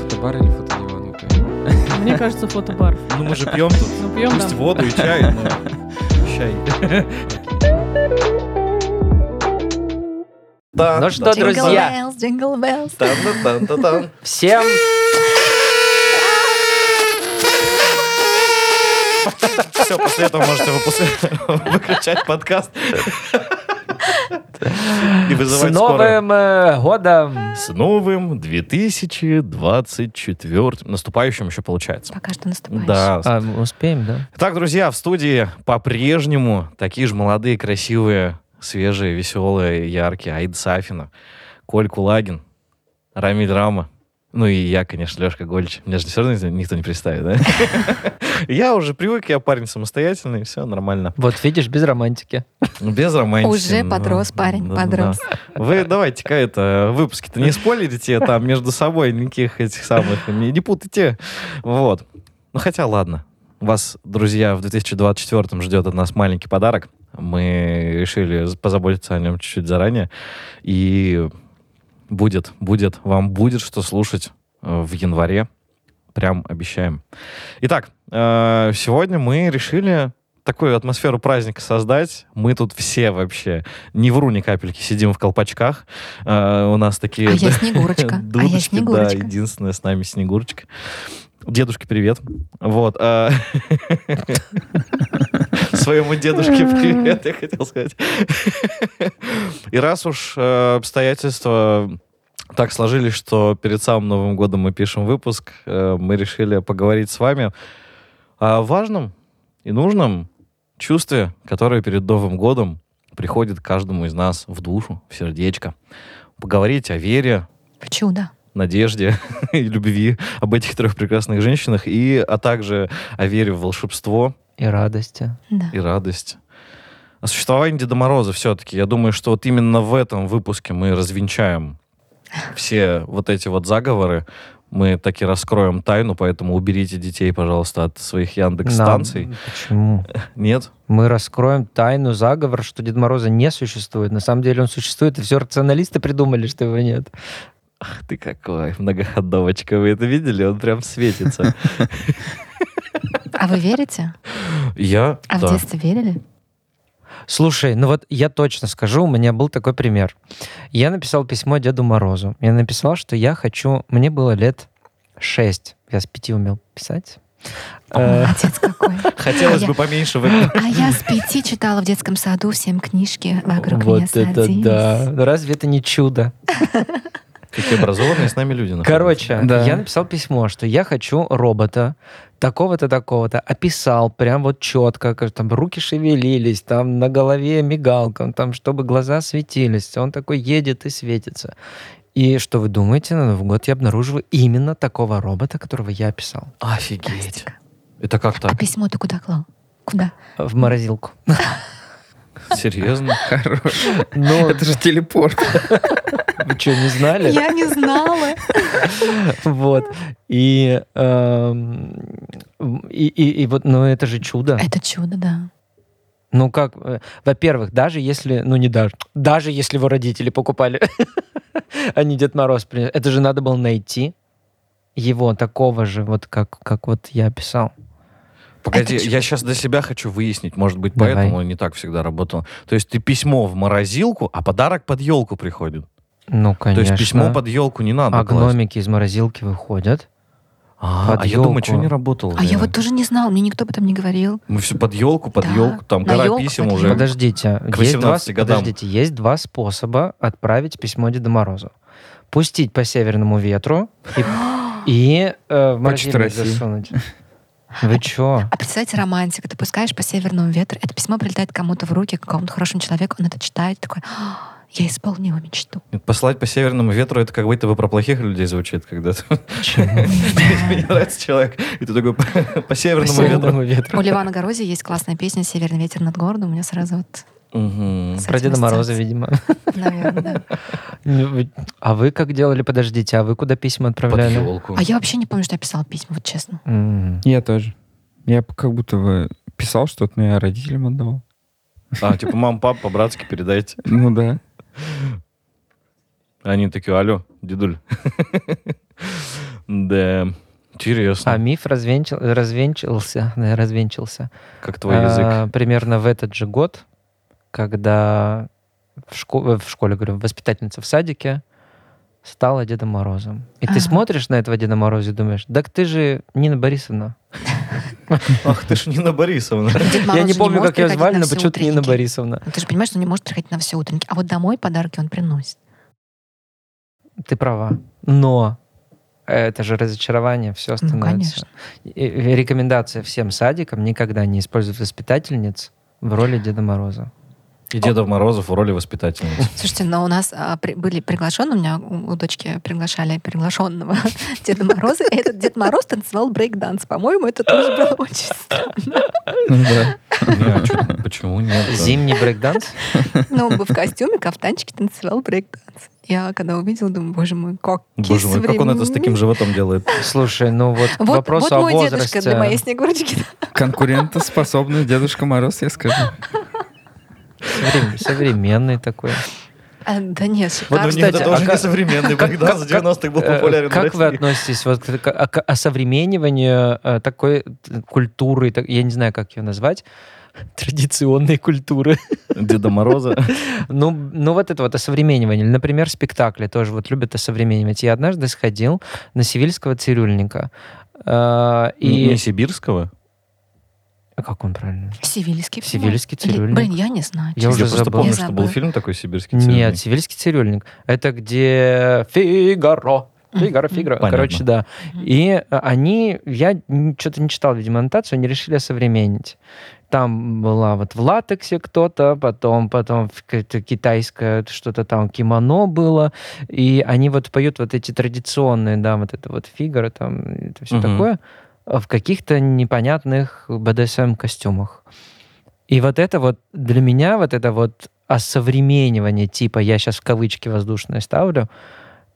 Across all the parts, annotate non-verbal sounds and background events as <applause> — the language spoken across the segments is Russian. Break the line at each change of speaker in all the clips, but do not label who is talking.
фотобар или фотодиван?
Ну
Мне кажется, фотобар.
Ну мы же пьем тут.
Ну, пьем,
Пусть
да.
воду и чай, но чай.
Да,
Ну что, друзья,
джингл беллс.
Там, там, там, там.
всем...
Все, после этого можете выпуск- выключать подкаст. И
С
вызывать скорую.
Новым э, годом!
С новым 2024. Наступающим еще получается.
Пока что наступаешь.
Да.
А, успеем, да?
Так, друзья, в студии по-прежнему такие же молодые, красивые, свежие, веселые, яркие. Аид Сафина, Коль Кулагин, Рамиль Рама. Ну и я, конечно, Лешка Гольч. Меня же все равно никто- никто не представит, да? <laughs> Я уже привык, я парень самостоятельный, все нормально.
Вот видишь, без романтики.
Без романтики.
Уже
ну,
подрос парень,
да,
подрос.
да. Вы давайте-ка это, э, выпуски-то не спойлерите там между собой никаких этих самых, не, не путайте. Вот. Ну хотя ладно. Вас, друзья, в 2024 ждет от нас маленький подарок. Мы решили з- позаботиться о нем чуть-чуть заранее. И будет, будет, вам будет что слушать э, в январе. Прям обещаем. Итак, э, сегодня мы решили такую атмосферу праздника создать. Мы тут все вообще, не вру ни капельки, сидим в колпачках. Э, у нас такие...
А я
<laughs>
Снегурочка. А я
Дудочки, да,
Снегурочка.
единственная с нами Снегурочка. Дедушке привет. Вот. а. <laughs> Своему дедушке привет, я хотел сказать. И раз уж э, обстоятельства так сложились, что перед самым Новым годом мы пишем выпуск, э, мы решили поговорить с вами о важном и нужном чувстве, которое перед Новым годом приходит каждому из нас в душу, в сердечко. Поговорить о вере,
В чудо.
надежде <laughs> и любви об этих трех прекрасных женщинах, и, а также о вере в волшебство
И радости.
Да.
и радость. О существовании Деда Мороза все-таки. Я думаю, что вот именно в этом выпуске мы развенчаем все вот эти вот заговоры. Мы таки раскроем тайну, поэтому уберите детей, пожалуйста, от своих Яндекс-станций.
Нам- Почему?
Нет?
Мы раскроем тайну заговор, что Дед Мороза не существует. На самом деле он существует, и все рационалисты придумали, что его нет.
Ах ты какой многоходовочка. Вы это видели? Он прям светится.
А вы верите?
<laughs> Я?
А в
Да.
детстве верили?
Слушай, ну вот я точно скажу, у меня был такой пример. Я написал письмо Деду Морозу. Я написал, что я хочу... Мне было лет шесть. Я с пяти умел писать.
А.
Э,
Отец какой.
Хотелось
А я-
бы поменьше вы...
А я с пяти читала в детском саду всем книжки вокруг меня
Вот это
садились.
да. Ну, Разве это не чудо?
Какие образованные с нами люди. находятся.
Короче,
Да.
я написал письмо, что я хочу робота такого-то, такого-то. Описал прям вот четко, как там руки шевелились, там на голове мигалка, ну, там чтобы глаза светились. Он такой едет и светится. И что вы думаете, на Новый год я обнаруживаю именно такого робота, которого я описал.
Офигеть.
Настя,
Это как
А
так?
письмо ты куда клал? Куда?
В морозилку.
Серьезно?
А
Хорош.
Ну,
Это же телепорт.
вы что, не знали?
Я не знала.
Вот. И, эм, и, и, и вот, ну это же чудо.
Это чудо, да.
Ну как, э, во-первых, даже если, ну не даже, даже если его родители покупали, <laughs> а не Дед Мороз принес, это же надо было найти его такого же, вот как, как вот я писал.
Погоди,
Это чё?
я сейчас для себя хочу выяснить, может быть,
Давай.
поэтому он не так всегда работал. То есть ты письмо в морозилку, а подарок под елку приходит.
Ну, конечно.
То есть письмо под елку не надо
А
класть.
гномики из морозилки выходят.
А,
под
а я думаю,
ёлку.
что не работало.
А я
Лена?
вот тоже не знала, мне никто об этом не говорил.
Мы все под елку, под
Да,
елку, там
на
гора
ёлку,
писем
под
уже.
ёлку.
Подождите, а,
К
есть два,
18 годам.
подождите, есть два способа отправить письмо Деду Морозу. Пустить по северному ветру
<gasps>
и, и э,
Почта
в морозильник
России.
засунуть. Вы
<laughs>
чё?
А представьте, романтика. Ты пускаешь по северному ветру, это письмо прилетает кому-то в руки, какому-то хорошему человеку, он это читает, такой, «А, я исполнила мечту.
Послать по северному ветру, это как будто бы про плохих людей звучит, когда ты- <laughs> тебе не нравится человек, и ты такой <laughs> по по северному ветру.
Северному ветру.
У Ливана Горози есть классная песня «Северный ветер над городом». У меня сразу вот
Мгм.
с
Про
этим
Деда Мороза,
ассоциация.
видимо.
Наверное, да.
Ну, вы- А вы как делали? Подождите, а вы куда письма
Под
отправляли?
елку.
А я вообще не помню, что я писала письма, вот честно.
М.
Я тоже. Я п- как будто бы писал что-то, но я родителям отдавал.
А, типа, мам, пап, по-братски передайте.
Ну да.
Они такие, алло, дедуль. <laughs> Да. Интересно.
А миф развенчил- развенчился, <laughs> да, развенчился.
Как твой <laughs>
а,
язык?
Примерно в этот же год, когда в, шко- э, в школе, говорю, воспитательница в садике стала Дедом Морозом. И
Ага.
ты смотришь на этого Деда Мороза и думаешь, так ты же Нина Борисовна.
Ах ты ж Нина Борисовна.
Дед
я
Мороз
не
же
помню,
может
как ее
приходить
звали,
на
но
все
почему-то Нина
утренники.
Борисовна.
Ну, Ты же понимаешь, что он не может приходить на все утренники. А вот домой подарки он приносит. <laughs>
Ты права. Но это же разочарование, все
Ну,
становится.
конечно.
И- и Рекомендация всем садикам никогда не использовать воспитательниц в роли Деда Мороза.
И Деда Морозов в роли воспитательницы.
Слушайте, но у нас а, при- были приглашены, у меня у у дочки приглашали приглашенного <laughs> Деда Мороза, и этот Дед Мороз танцевал брейк-данс. По-моему, это тоже было <laughs> очень странно.
Ну да.
<laughs> Не, а чё- Почему нет?
Зимний брейкданс?
Но он был в костюме, а в танчике танцевал брейк-данс. Я когда увидела, думаю, боже мой, как
Боже мой, как он это с таким животом делает?
Слушай, ну вот, к
вот,
вопросу
вот
о
мой
возрасте.
дедушка для моей снегурочки.
Конкурентоспособный Дедушка Мороз, я скажу.
Соврем- Современный такой.
А, да нет,
ну,
шикарно.
не- Кстати, а как-
современный
как-
брейкданс
как- Э, Как вы относитесь вот к, к- к осовремениванию э, такой т- культуры, так- я не знаю, как ее назвать, традиционной культуры?
Деда <laughs> Мороза.
Ну, ну вот это вот осовременивание. Или, Например, спектакли тоже вот любят осовременивать. Я однажды сходил на сивильского цирюльника. Э,
Не
И...
не сибирского?
А Как он правильно?
Севильский. фильм.
Севильский
Или-
цирюльник.
Блин, я не знаю.
Я
честно.
уже
Я просто
забыл.
помню,
Я
что
забыла.
был фильм такой сибирский
Нет,
цирюльник.
сивильский цирюльник. Это где Фигаро. Фигаро,
Мгм.
Фигаро.
Понятно.
Короче, да. И э, они, я что-то не читал, видимо, аннотацию, они решили осовременить. Там была вот в латексе кто-то, потом, потом в какое-то китайское что-то там кимоно было, и они вот поют вот эти традиционные, да, вот это вот фигуры там, это все
Мгм.
такое, а в каких-то непонятных БДСМ эм костюмах. И вот это вот для меня вот это вот осовременивание типа я сейчас в кавычки воздушные ставлю,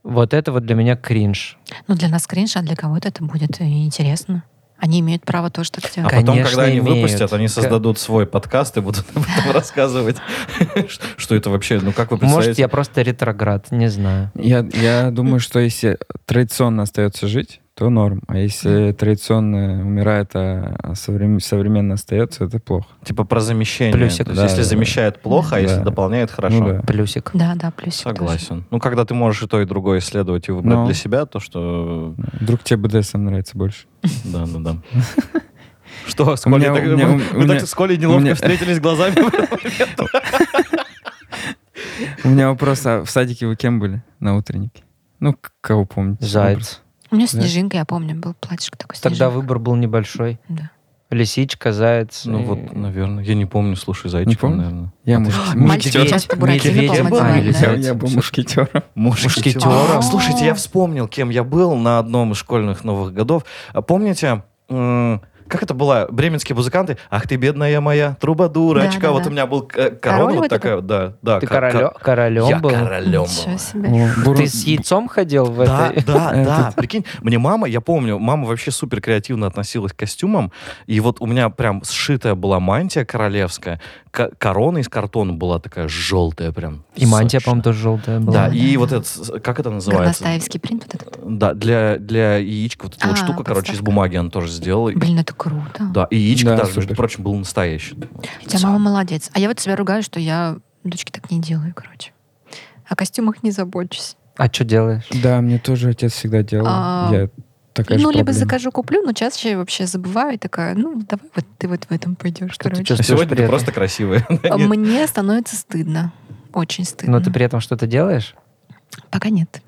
вот это вот для меня кринж.
Ну, для нас кринж, а для кого-то это будет и интересно. Они имеют право тоже так
А
делать.
Конечно,
потом, когда они
имеют.
выпустят, они создадут свой подкаст и будут <laughs> об этом рассказывать, <laughs> что это вообще, ну как вы
Может,
представляете?
я просто ретроград, не знаю.
Я, я думаю, что если традиционно остается жить, то норм. А если традиционно умирает, а соврем- современно остается, это плохо.
Типа про замещение.
Плюсик.
То есть, если
Да, да,
замещает плохо, а если
Да. Ну
дополняет хорошо.
да.
Плюсик.
Да, да, плюс.
Согласен. Ну, когда ты можешь и то, и другое исследовать и выбрать
Ну.
для себя, то что... э,
Вдруг тебе БДСМ нравится больше.
Да, да, да.
<laughs>
Что, с Колей
меня-
так-
у меня-
мы-
у
мы так
меня-
с Колей
у
неловко
меня- <laughs>
встретились глазами. в этот момент.
У меня вопрос, а в садике вы кем были на утреннике? Ну, к- кого помните?
Заяц.
У меня
Ну,
Да.
снежинка, я помню, был платьишко такой
Тогда
снежинка.
выбор был небольшой.
Да.
Лисичка, заяц.
Ну
и-
вот, наверное. Я не помню, слушай, зайчик,
помню?
наверное.
Я мушкетер.
Медведь.
Мальчик сейчас по буратино
Медведь.
поломать
А,
знает,
или
да.
заяц.
Я, я был мушкетером.
Мушкетёром.
Слушайте, я вспомнил, кем я был на одном из школьных новых годов. А Помните, м, как это было? Бременские музыканты. Ах ты, бедная моя, трубадурочка.
Да-да-да.
вот у меня был к- корона
Король
вот
вот
такая. вот, Да, да.
Ты
ко-
королё-
ко-
королем
Я
был.
королем
Ничего
был.
себе.
Ну,
Ты с яйцом ходил <laughs> в
Да,
этой?
да, да.
Этот.
Прикинь, мне мама, я помню, мама вообще супер креативно относилась к костюмам. И вот у меня прям сшитая была мантия королевская. ко- Корона из картона была такая желтая прям.
И мантия,
сочная.
по-моему, тоже желтая была.
Да,
Да,
и
да,
вот
да.
это, с- как это называется?
Горностаевский принт вот этот.
Да, для, для яичка вот эта вот
А,
штука, короче, из
подставка.
бумаги она тоже сделала.
Блин, это круто.
Да, и яичко
Да,
даже, между
супер.
прочим, было настоящее.
У тебя мама молодец. А я вот себя ругаю, что я дочке так не делаю, короче. О костюмах не забочусь.
А что делаешь?
<laughs> Да, мне тоже отец всегда делал.
А,
Я такая
ну,
же
либо
проблема.
закажу, куплю, но чаще я вообще забываю и такая, ну, давай вот ты вот в этом пойдешь,
Что ты
короче.
чувствуешь?
А сегодня
Слушай,
ты просто <laughs> красивая.
А
Нет.
Мне становится стыдно. Очень стыдно.
Но Ну, ты при этом что-то делаешь?
Пока нет.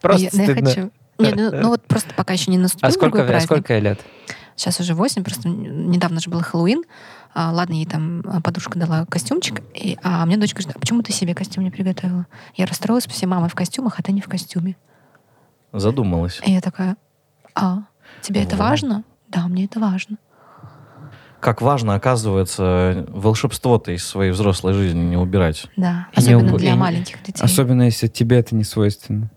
Просто
я, ну, я
стыдно.
хочу. Не, ну, ну вот просто пока еще не наступил
А сколько,
другой
а
праздник.
сколько лет?
Сейчас уже 8, просто н- недавно же был Хэллоуин. А, ладно, ей там а, подружка дала костюмчик, и, а мне дочка говорит, а почему ты себе костюм не приготовила? Я расстроилась, все мамы в костюмах, а ты не в костюме.
Задумалась.
И я такая, а, тебе это
Вот.
важно? Да, мне это важно.
Как важно, оказывается, волшебство-то из своей взрослой жизни не убирать.
Да,
И не
особенно
уг- и
для
не-
маленьких детей.
Особенно, если тебе это не свойственно.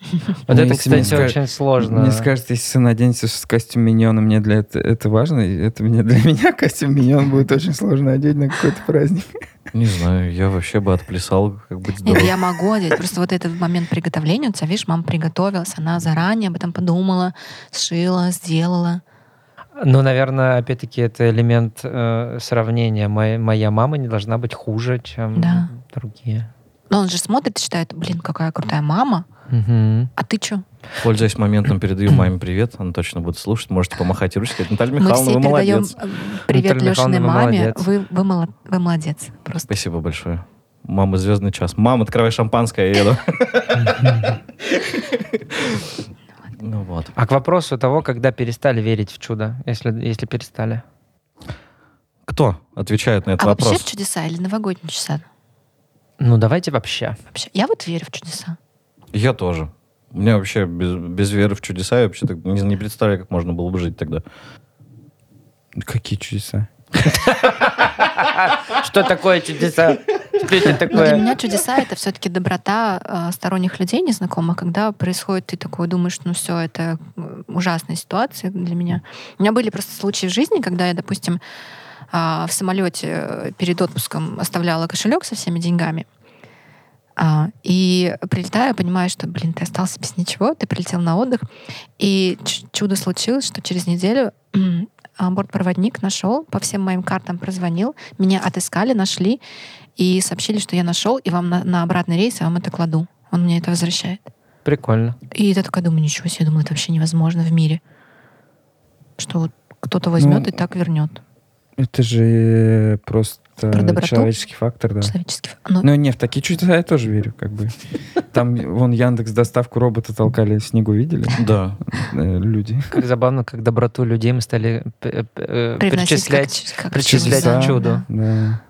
Вот
Ну,
это,
если мне
кстати,
скажут-
очень сложно.
Мне скажется, если сын оденется с костюм миньона, мне для это, это важно. и Это мне, для <laughs> меня костюм миньон будет очень сложно одеть на какой-то праздник.
Не знаю, я вообще бы отплясал, как быть
Нет,
здоров.
я могу одеть. Просто вот этот момент приготовления, у тебя, видишь, мама приготовилась, она заранее об этом подумала, сшила, сделала.
Ну, наверное, опять-таки, это элемент э, сравнения. Моя, моя мама не должна быть хуже, чем
Да.
другие.
Но он же смотрит и считает, блин, какая крутая мама,
Мгм.
а ты чё?
Пользуясь моментом, передаю маме привет, она точно будет слушать, можете помахать и ручкой, сказать, Наталья
Мы
Михайловна,
все
вы
передаем
молодец.
э, привет
Наталья
Лешиной
Михайловна, вы
маме.
молодец.
Вы, вы, моло- вы молодец. Просто.
Спасибо большое. Мама, звездный час. Мам, открывай шампанское, я еду.
<laughs>
Ну вот.
А к вопросу того, когда перестали верить в чудо, если, если перестали.
Кто отвечает на этот
А вообще в
вопрос?
чудеса или новогодние чудеса?
Ну, давайте вообще.
Вообще, я вот верю в чудеса.
Я тоже. У меня вообще без, без веры в чудеса, я вообще так не, не представляю, как можно было бы жить
<laughs>
тогда.
<laughs> Какие чудеса.
Что такое чудеса? Что это
Но Ну, для
такое?
меня чудеса это все-таки доброта э, сторонних людей, незнакомых, когда происходит, ты такой думаешь, ну все, это э, ужасная ситуация для меня. У меня были просто случаи в жизни, когда я, допустим, а, в самолете э, перед отпуском оставляла кошелек со всеми деньгами. А, И прилетаю, понимаю, что, блин, ты остался без ничего, ты прилетел на отдых. И ч- чудо случилось, что через неделю а, бортпроводник нашел, по всем моим картам прозвонил, меня отыскали, нашли и сообщили, что я нашел, и вам на, на обратный рейс я вам это кладу. Он мне это возвращает.
Прикольно.
И я такая думаю, ничего себе, думаю, это вообще невозможно в мире. Что вот кто-то возьмет
Ну,
и так вернет.
Это же э, просто
Про доброту?
человеческий фактор, да.
Человеческий. ф- Ну,
Ну, не, в такие чудеса я тоже верю, как
<laughs>
бы. Там, вон, Яндекс доставку робота толкали, снегу видели
Да.
э, люди.
Как забавно, как доброту людей мы стали э, э,
привносить
перечислять.
как ч- как
перечислять
чудо, да,
чудо.
да.
Да.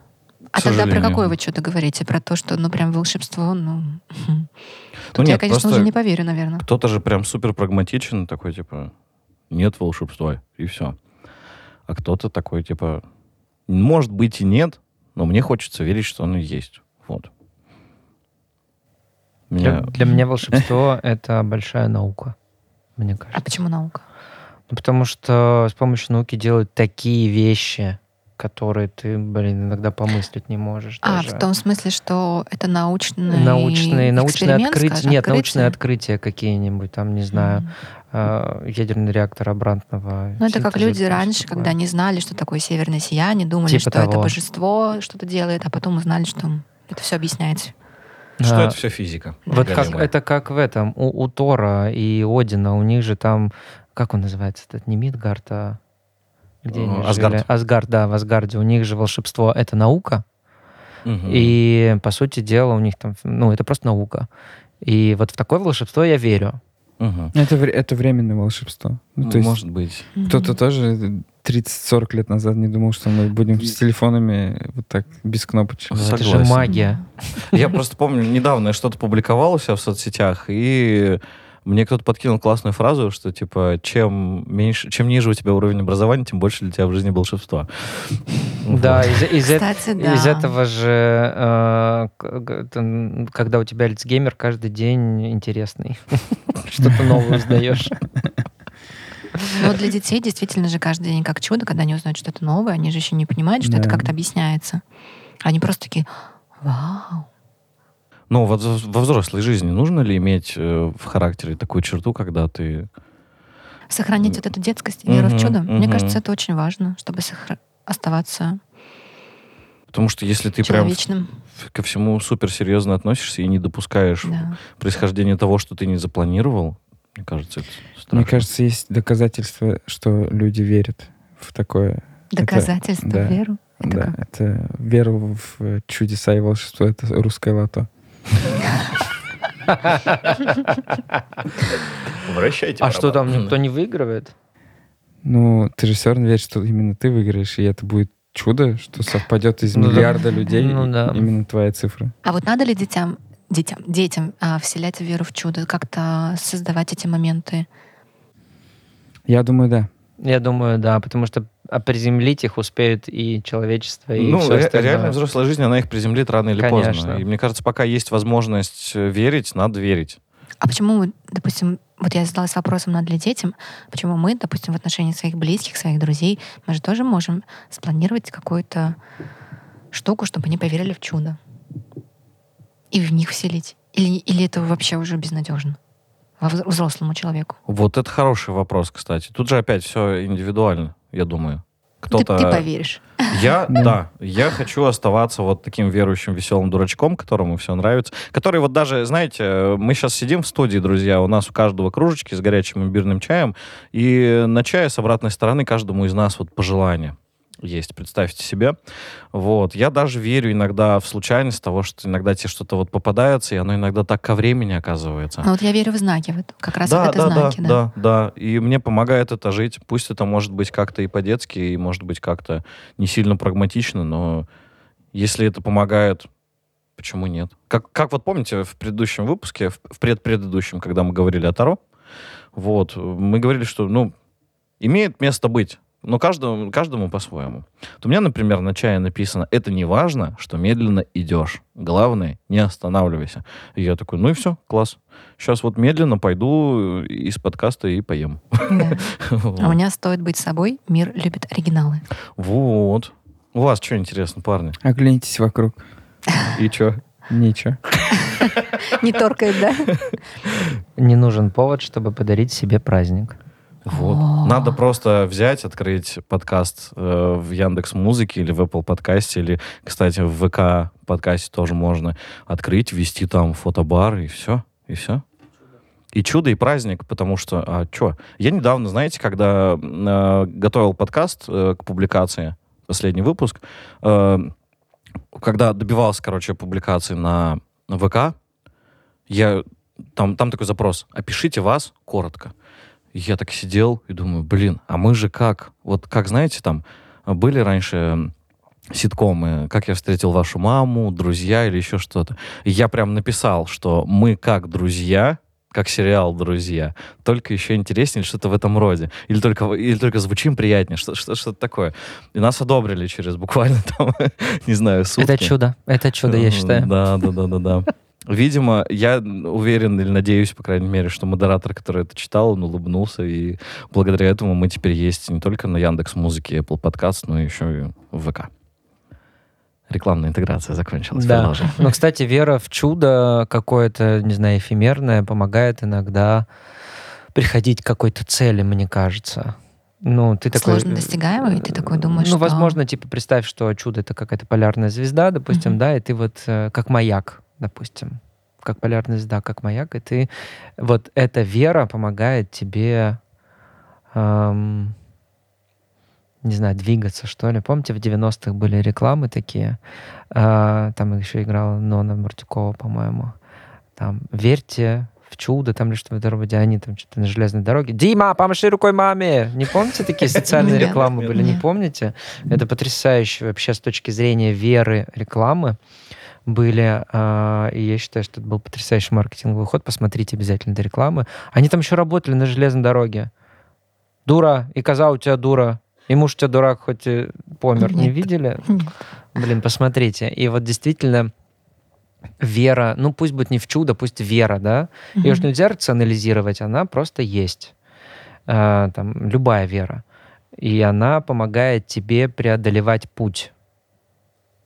А
К
тогда про
сожалению.
какое вы чудо говорите? Про то, что, ну, прям волшебство, ну... <laughs> хм. Тут
Ну
я,
нет,
конечно,
просто
уже не поверю, наверное.
Кто-то же прям супер прагматичен, такой, типа, нет волшебства, и все. А кто-то такой, типа, может быть и нет, но мне хочется верить, что оно есть. Вот.
Для,
Меня...
для меня волшебство — это большая наука, мне
А
кажется.
почему наука?
Ну, потому что с помощью науки делают такие вещи, которые ты, блин, иногда помыслить не можешь.
А,
даже.
в том смысле, что это научный
научные, научные
эксперимент,
открытия.
скажем,
Нет, научные
открытие?
открытия какие-нибудь, там, не знаю,
Мгм.
а, ядерный реактор обратного.
Ну, это как
синтеза
люди
или там
раньше,
что-то
когда
такое.
не знали, что такое северное сияние, думали,
Типа
что это
того.
божество что-то делает, а потом узнали, что это все объясняется.
Что
А,
это все физика?
Вот как,
Галимая.
это как в этом, у, у Тора и Одина, у них же там, как он называется, этот не Мидгард, а где они
Э, Асгард.
жили? Асгард, да, в Асгарде. У них же волшебство — это наука,
Мгм.
и, по сути дела, у них там, ну, это просто наука. И вот в такое волшебство я верю.
Мгм.
Это, вре- это временное волшебство. Ну, то есть
Может быть.
кто-то тоже 30-40 лет назад не думал, что мы будем с телефонами вот так без кнопочек.
Это же
Согласен.
магия.
Я просто помню, недавно я что-то публиковал у себя в соцсетях, и мне кто-то подкинул классную фразу, что типа чем меньше, чем ниже у тебя уровень образования, тем больше для тебя в жизни волшебства.
Да, из, из, эт-
Кстати, да.
из этого же, э, к- г- там, когда у тебя лицгеймер каждый день интересный. <laughs> Что-то
<laughs>
новое узнаешь.
Но Ну, для детей действительно же каждый день как чудо, когда они узнают что-то новое, они же еще не понимают, что это
Да.
как-то объясняется. Они просто такие, вау.
Ну, во, вз- во взрослой жизни нужно ли иметь э, в характере такую черту, когда ты...
Сохранить вот эту детскость и веру в
Мгм,
чудо, мне
мгм.
кажется, это очень важно, чтобы сохра- оставаться
Потому что если ты прям
человечным.
в- ко всему суперсерьезно относишься и не допускаешь
Да.
происхождения того, что ты не запланировал, мне кажется, это страшно.
Мне кажется, есть доказательства, что люди верят в такое.
Доказательство,
да.
веру. Это
да,
как?
это вера в э, чудеса и волшебство, это русское лото.
Вращайте.
А что там, никто не выигрывает?
Ну, ты же все равно веришь, что именно ты выиграешь, и это будет чудо, что совпадет из
Ну да.
миллиарда людей
Ну
и-
да.
именно твоя цифра.
А вот надо ли детям, детям, детям а, вселять веру в чудо, как-то создавать эти моменты?
Я думаю, да.
Я думаю, да, потому что а, приземлить их успеют и человечество, и
Ну,
всё
ре-
остальное.
реально взрослая жизнь, она их приземлит рано или
Конечно.
поздно. И мне кажется, пока есть возможность э, верить, надо верить.
А почему, мы, допустим, вот я задалась вопросом, надо ли детям, почему мы, допустим, в отношении своих близких, своих друзей, мы же тоже можем спланировать какую-то штуку, чтобы они поверили в чудо. И в них вселить. Или, или это вообще уже безнадежно? Во вз- взрослому человеку.
Вот это хороший вопрос, кстати. Тут же опять все индивидуально, я думаю.
Ты,
Кто-то...
ты поверишь.
Я, да, я хочу оставаться вот таким верующим, веселым дурачком, которому все нравится. Который вот даже, знаете, э, мы сейчас сидим в студии, друзья, у нас у каждого кружечки с горячим имбирным чаем, и на чае с обратной стороны каждому из нас вот пожелание есть, представьте себе. Вот. Я даже верю иногда в случайность того, что иногда тебе что-то вот попадается, и оно иногда так ко времени оказывается.
Но Ну, вот я верю в знаки. Вот как раз
А. Да,
вот это
да,
знаки,
да,
да.
да, да. И мне помогает это жить. Пусть это может быть как-то и по-детски, и может быть как-то не сильно прагматично, но если это помогает, почему нет? Как, как вот помните в предыдущем выпуске, в, в предпредыдущем, когда мы говорили о Таро, вот, мы говорили, что, ну, имеет место быть, но каждому, каждому по-своему. Вот у меня, например, на чае написано, это не важно, что медленно идешь. Главное, не останавливайся. И я такой, ну и все, класс. Сейчас вот медленно пойду э, из подкаста и поем.
Да.
<laughs>
А у
Вот.
меня стоит быть собой, мир любит оригиналы.
Вот. У вас что интересно, парни?
Оглянитесь вокруг.
И что?
Ничего.
Не торкает, да?
Не нужен повод, чтобы подарить себе праздник.
Вот.
О.
Надо просто взять, открыть подкаст э, в Яндекс Музыке или в Apple подкасте, или, кстати, в ВК подкасте тоже можно открыть, ввести там фотобар, и все, и все. И чудо, и праздник, потому что, а чё? Я недавно, знаете, когда э, готовил подкаст э, к публикации, последний выпуск, э, когда добивался, короче, публикации на ВК, я там, там такой запрос, опишите вас коротко. И Я так сидел и думаю, блин, а мы же как? Вот как, знаете, там э, были раньше м, ситкомы «Как я встретил вашу маму», «Друзья» или еще что-то. И я прям написал, что мы как друзья, как сериал «Друзья», только еще интереснее, что-то в этом роде. Или только, в- или только звучим приятнее, что- что- что-то такое. И нас одобрили через буквально там, <laughs> не знаю, сутки.
Это чудо. Это чудо, я
Э,
считаю.
Да, да, да, да, да. Видимо, я уверен или надеюсь, по крайней мере, что модератор, который это читал, он улыбнулся, и благодаря этому мы теперь есть не только на Яндекс Музыке и Apple Podcast, но еще и в ВК. Рекламная интеграция закончилась.
Да.
Продолжим.
<laughs> Но, кстати, вера в чудо какое-то, не знаю, эфемерное помогает иногда приходить к какой-то цели, мне кажется. Ну, ты такой...
Сложно достигаемый, и ты такой думаешь,
Ну,
что-
возможно, типа, представь, что чудо — это какая-то полярная звезда, допустим,
Мгм.
да, и ты вот э, как маяк, допустим, как полярная звезда, как маяк, и ты... Вот эта вера помогает тебе, эм, не знаю, двигаться, что ли. Помните, в 90-х были рекламы такие? А, там еще играла Нона Мартюкова, по-моему. Там «Верьте в чудо», там или что-то вроде, они там что-то на железной дороге. «Дима, помаши рукой маме!» Не помните такие социальные
Нет,
рекламы были? Не
нет.
помните? Это потрясающе вообще с точки зрения веры рекламы были. а, И я считаю, что это был потрясающий маркетинговый ход. Посмотрите обязательно эти рекламы. Они там еще работали на железной дороге. Дура, и коза у тебя дура, и муж у тебя дурак, хоть и помер. Не
Нет.
видели?
Нет.
Блин, посмотрите. И вот действительно вера, ну пусть будет не в чудо, пусть вера, да? Ее же
Мгм.
нельзя рационализировать, она просто есть. Э, там, любая вера. И она помогает тебе преодолевать путь.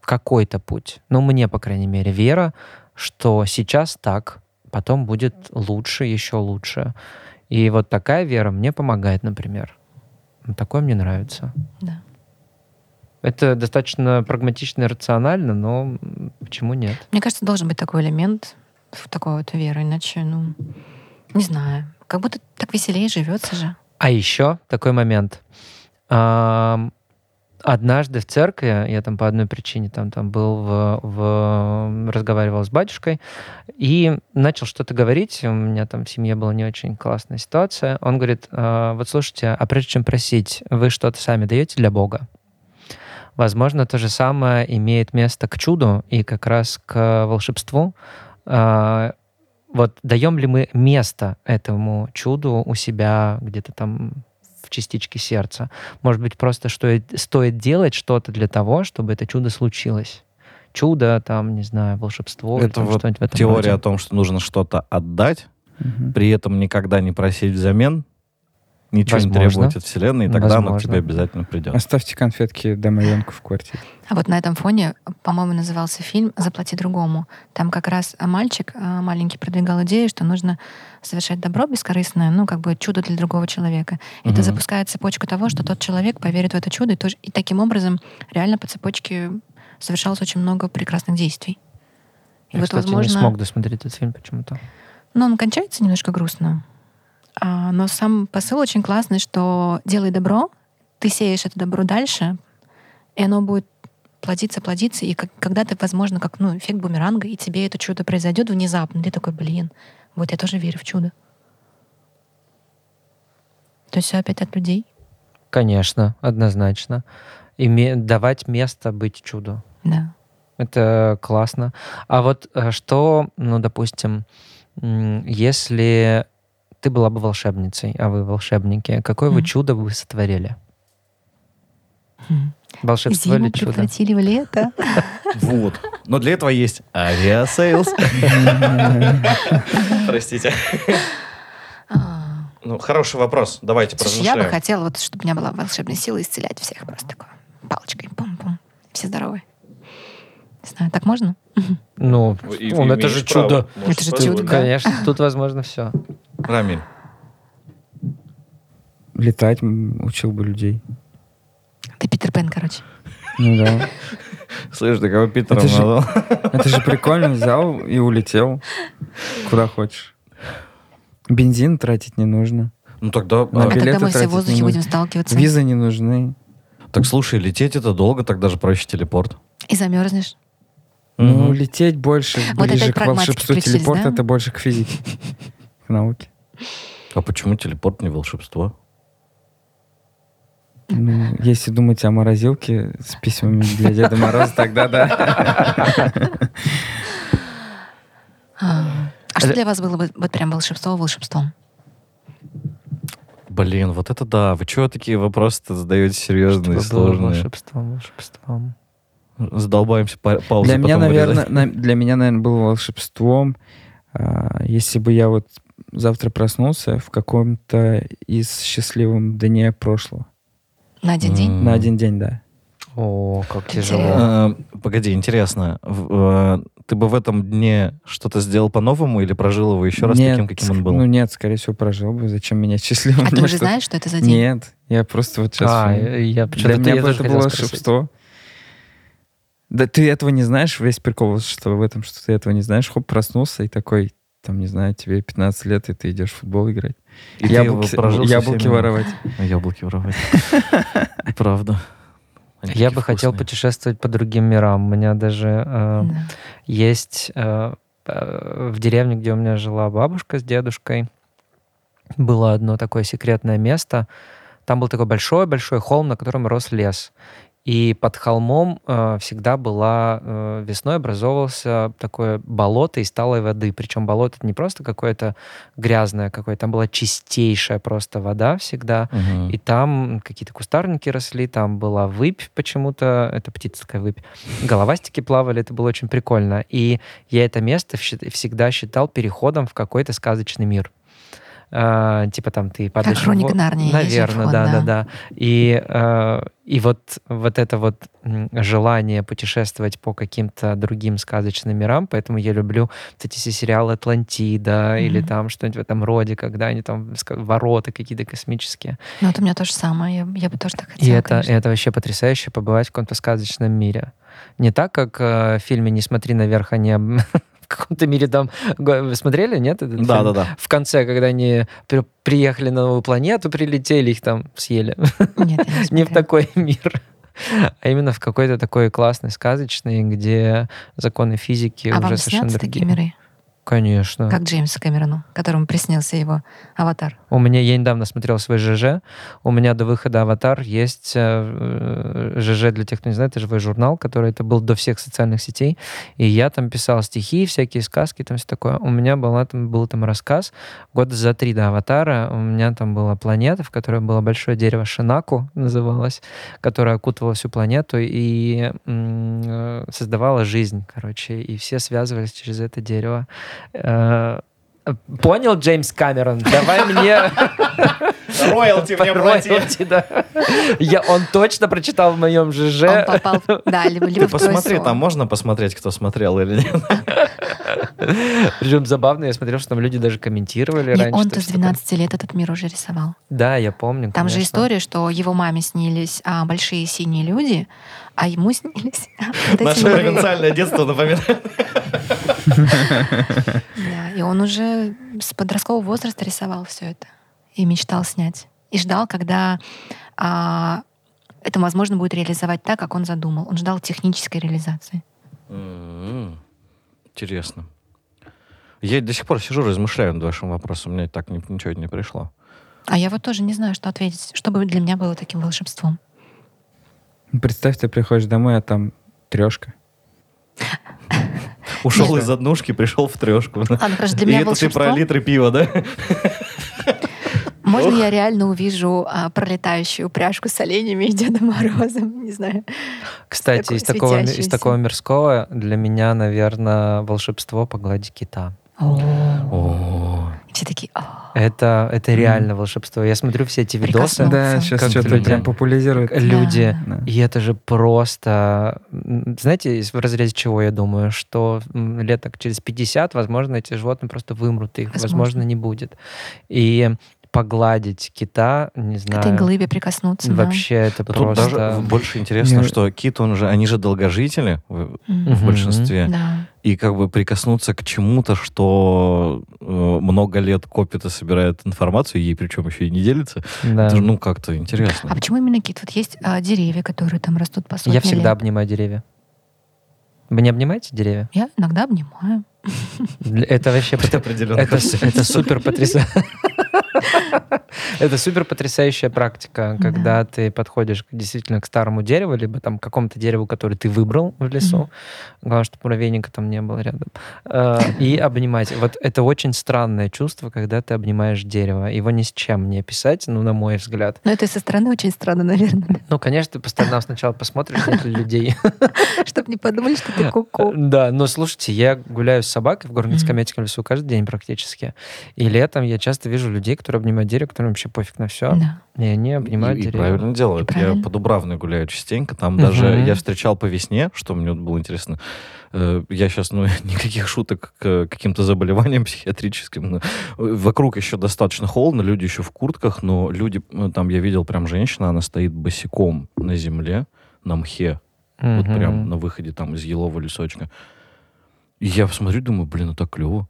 Какой-то путь. Ну, мне, по крайней мере, вера, что сейчас так, потом будет лучше, еще лучше. И вот такая вера мне помогает, например. Вот Такое мне нравится.
Да.
Это достаточно прагматично и рационально, но м, почему нет?
Мне кажется, должен быть такой элемент в такой вот веры, иначе, ну, не знаю. Как будто так веселее живется же.
А еще такой момент. Ам, Однажды в церкви, я там по одной причине там, там был, в, в- разговаривал с батюшкой, и начал что-то говорить. У меня там в семье была не очень классная ситуация. Он говорит, «А, вот слушайте, а прежде чем просить, вы что-то сами даете для Бога? Возможно, то же самое имеет место к чуду и как раз к волшебству. А, Вот даем ли мы место этому чуду у себя где-то там в частичке сердца? Может быть, просто стоит, стоит делать что-то для того, чтобы это чудо случилось? Чудо, там, не знаю, волшебство или
Это
там
вот
что-нибудь в этом роде.
Теория о том, что нужно что-то отдать,
Мгм.
при этом никогда не просить взамен, ничего не
Возможно.
требовать от Вселенной, и тогда она к
Возможно.
тебе обязательно придет.
Оставьте конфетки домовенку в квартире.
А вот на этом фоне, по-моему, назывался фильм «Заплати другому». Там как раз а, мальчик а, маленький продвигал идею, что нужно совершать добро бескорыстное, ну, как бы чудо для другого человека. И
Мгм.
это запускает цепочку того, что тот человек поверит в это чудо, и, тоже- и таким образом реально по цепочке совершалось очень много прекрасных действий. И
Я,
вот,
кстати,
возможно,
не смог досмотреть этот фильм почему-то.
ну, он кончается немножко грустно. А, но сам посыл очень классный, что делай добро, ты сеешь это добро дальше, и оно будет плодиться, плодиться, и как- когда ты, возможно, как ну, эффект бумеранга, и тебе это чудо произойдет внезапно, ты такой, блин, вот я тоже верю в чудо. То есть все опять от людей?
Конечно, однозначно. Име- давать место быть чуду.
Да.
Это классно. А вот э, что, ну, допустим, м, если ты была бы волшебницей, а вы волшебники, какое вы
Мгм.
чудо бы сотворили? Волшебство
Зиму
или чудо?
превратили в лето.
<laughs>
Вот. Но для этого есть авиасейлс. <laughs> Простите.
А.
Ну, хороший вопрос. Давайте
Слушай, я бы
поразмышляем.
хотела, вот, чтобы у меня была волшебная сила исцелять всех просто такое. Палочкой, пум-пум. Все здоровы. Не знаю, так можно?
Ну,
И-
он,
и
это
имеешь
же
право. Ну
чудо.
Можешь
Это же
позволить.
чудо, да.
Конечно, тут возможно все.
Рамиль,
Летать м, учил бы людей.
Ты Питер Пен, короче.
Ну да.
слышь, ты кого Питера
Это же-
назвал?
Это же прикольно. Взял и улетел куда хочешь. Бензин тратить не нужно.
<laughs> Ну тогда...
На
а,
а когда
билеты
мы все
тратить
в
не
воздухе
нужно.
будем сталкиваться?
Визы не нужны.
Так слушай, лететь это долго, тогда же проще телепорт.
И замерзнешь.
Ну,
Мгм.
лететь больше
Вот
ближе
опять
к
прагматики
волшебству.
включились,
Телепорт
да?
это больше к физике, к науке.
А почему телепорт не волшебство?
Ну, если думать о морозилке с письмами для Деда Мороза, тогда да.
А, а что
Это-
для вас было бы вот прям волшебство волшебством?
Блин, вот это да. Вы чего такие вопросы-то задаете серьезные,
Чтобы было
сложные?
волшебством, волшебством.
Задолбаемся па- паузу
Для меня,
потом вырезать.
наверное, на- для меня, наверное, было волшебством, а, если бы я вот завтра проснулся в каком-то из счастливом дне прошлого.
На один день?
М.
На один день, да.
О, как тяжело.
Интересно.
Э, Погоди, интересно, в- э, ты бы в этом дне что-то сделал по-новому или прожил его еще раз
Нет,
таким, каким он
ск-
был?
Ну нет, скорее всего, прожил бы. Зачем меня счастливым?
А ты
Ну
днем
уже
что-то?
знаешь, что это за день?
Нет, я просто вот сейчас...
А, я
Для
почему-то
меня
я
бы
тоже
это
хотел
было
спросить.
волшебство. Да ты этого не знаешь, весь прикол волшебства в этом, что ты этого не знаешь. Хоп, проснулся и такой, там, не знаю, тебе 15 лет, и ты идешь в футбол играть.
И ты его
яблоки
прожил со
яблоки
всеми-
воровать.
А,
<laughs>
Яблоки воровать. Правда. Они такие
Я бы хотел
вкусные.
путешествовать по другим мирам. У меня даже э,
Да.
есть э, э, в деревне, где у меня жила бабушка с дедушкой, было одно такое секретное место. Там был такой большой-большой холм, на котором рос лес. И под холмом э, всегда была э, весной образовывался такое болото из талой воды. Причем болото это не просто какое-то грязное какое, там была чистейшая просто вода всегда.
Мгм.
И там какие-то кустарники росли, там была выпь почему-то, это птица такая выпь. Головастики плавали, это было очень прикольно. И я это место вщи- всегда считал переходом в какой-то сказочный мир. А, типа там ты падаешь... в
«Хроника
во-
Нарнии» есть же
Наверное,
вход,
да,
да.
да, да. И, э, и вот, вот это вот м, желание путешествовать по каким-то другим сказочным мирам, поэтому я люблю вот эти все сериалы «Атлантида» или
Мгм.
там что-нибудь в этом роде, когда они там ска- ворота какие-то космические.
Ну, это у меня то же самое. Я, я бы тоже так
И
хотела,
это,
конечно.
это вообще потрясающе побывать в каком-то сказочном мире. Не так, как э, в фильме «Не смотри наверх», они об- <laughs> в каком-то мире там... го- Вы смотрели, нет? этот
Да,
фильм?
да, да.
В конце, когда они при- приехали на новую планету, прилетели, их там съели.
Нет,
<laughs>
я
э, Не в
смотрела.
такой мир, <laughs> а именно в какой-то такой классный, сказочный, где законы физики
А
уже
вам
совершенно
снятся
другие.
такие миры?
Конечно.
Как Джеймсу Кэмерону, которому приснился его аватар.
У меня, я недавно смотрел свой ЖЖ, у меня до выхода «Аватар» есть э, э, ЖЖ, для тех, кто не знает, это живой журнал, который это был до всех социальных сетей, и я там писал стихи, всякие сказки, там все такое. У меня была, там, был там рассказ, года за три до «Аватара» у меня там была планета, в которой было большое дерево Шинаку, называлось, которое окутывало всю планету и м, э, создавало жизнь, короче, и все связывались через это дерево. Э, Понял, Джеймс Камерон? Давай мне
Роялти мне платить.
<laughs> роялти, да. Я, он точно прочитал в моем
Он
ЖЖ.
попал,
<laughs>
да, либо, либо
Ты
в твое
посмотри,
соло.
там можно посмотреть, кто смотрел или нет?
<laughs> Причем забавно, я смотрел, что там люди даже комментировали
Не,
раньше.
он-то с
так что там-
12 лет этот мир уже рисовал.
Да, я помню.
Там же
конечно.
история, что его маме снились а, большие синие люди, а ему снились <laughs> вот эти
Наше
миры.
провинциальное детство
<laughs>
напоминает.
Да, и он уже с подросткового возраста рисовал все это и мечтал снять. И ждал, когда а, это возможно будет реализовать так, как он задумал. Он ждал технической реализации.
М, М-м, Интересно. Я до сих пор сижу, размышляю над вашим вопросом. Мне так ни- ничего не пришло.
А я вот тоже не знаю, что ответить. Что бы для меня было таким волшебством?
Ну, Представь, ты приходишь домой, а там трешка.
Ушел
Нет.
из однушки, пришел в трешку.
Ладно, короче, для
И
меня
это ты
волшебство...
про литры пива, да?
Можно я реально увижу а, пролетающую пряжку с оленями и Дедом Морозом? <laughs> Не знаю.
Кстати,
такой
из, такого, ми- из
светящийся.
такого мирского для меня, наверное, волшебство погладить кита.
О,
И Все такие, «А, «О,
Это, это реально волшебство. Я смотрю все эти видосы.
Прикоснуться.
Да,
Солнце.
сейчас
Как
что-то
люди.
прям популяризирует.
люди.
Да.
И это же просто... м, Знаете, из- в разрезе чего я думаю? Что м, лет так через 50, возможно, эти животные просто вымрут, их, возможно,
Возможно.
не будет. И погладить кита, не
к
знаю...
этой глыбе прикоснуться. да».
Вообще это
Да Тут
просто...
даже больше интересно,
Я-
что кит, он же, они же долгожители в
М,
Мгм.
в большинстве.
Да.
И как бы прикоснуться к чему-то, что э, много лет копит и собирает информацию, ей причем еще и не делится.
Да.
Это же, ну, как-то
А
интересно.
почему именно кит? Вот есть а, деревья, которые там растут по сотне
Я всегда
лет.
обнимаю деревья. Вы не обнимаете деревья?
Я иногда обнимаю.
Для- Это вообще...
Это
Это,
определенно.
это, с- это супер потрясающе. Это супер потрясающая практика,
Да.
когда ты подходишь к- действительно к старому дереву, либо там к какому-то дереву, который ты выбрал в лесу. Главное, чтобы муравейника там не было рядом. Э, И обнимать. Вот это очень странное чувство, когда ты обнимаешь дерево. Его ни с чем не описать, ну, на мой взгляд.
Но это со стороны очень странно, <laughs> наверное,
Ну, конечно, ты по сторонам сначала посмотришь, нет ли людей.
чтобы не подумали, что
Э,
ты куку.
Да, но слушайте, я гуляю с собакой в горном
Мгм.
скамеечном лесу каждый день практически. И летом я часто вижу людей, которые обнимают дерево, которым вообще пофиг на все.
Да.
И они
И-
обнимают
и,
дерево.
правильно делают. Я
правильно.
по Дубравной гуляю частенько. Там
Мгм.
даже я встречал по весне, что мне вот было интересно. Э, Я сейчас, ну, <laughs> никаких шуток к каким-то заболеваниям психиатрическим. но, э, Вокруг еще достаточно холодно, люди еще в куртках, но люди, ну, там я видел прям женщина, она стоит босиком на земле, на мхе, вот
Мгм.
прям ну. на выходе там из елового лесочка. И я смотрю, думаю, блин, это клево.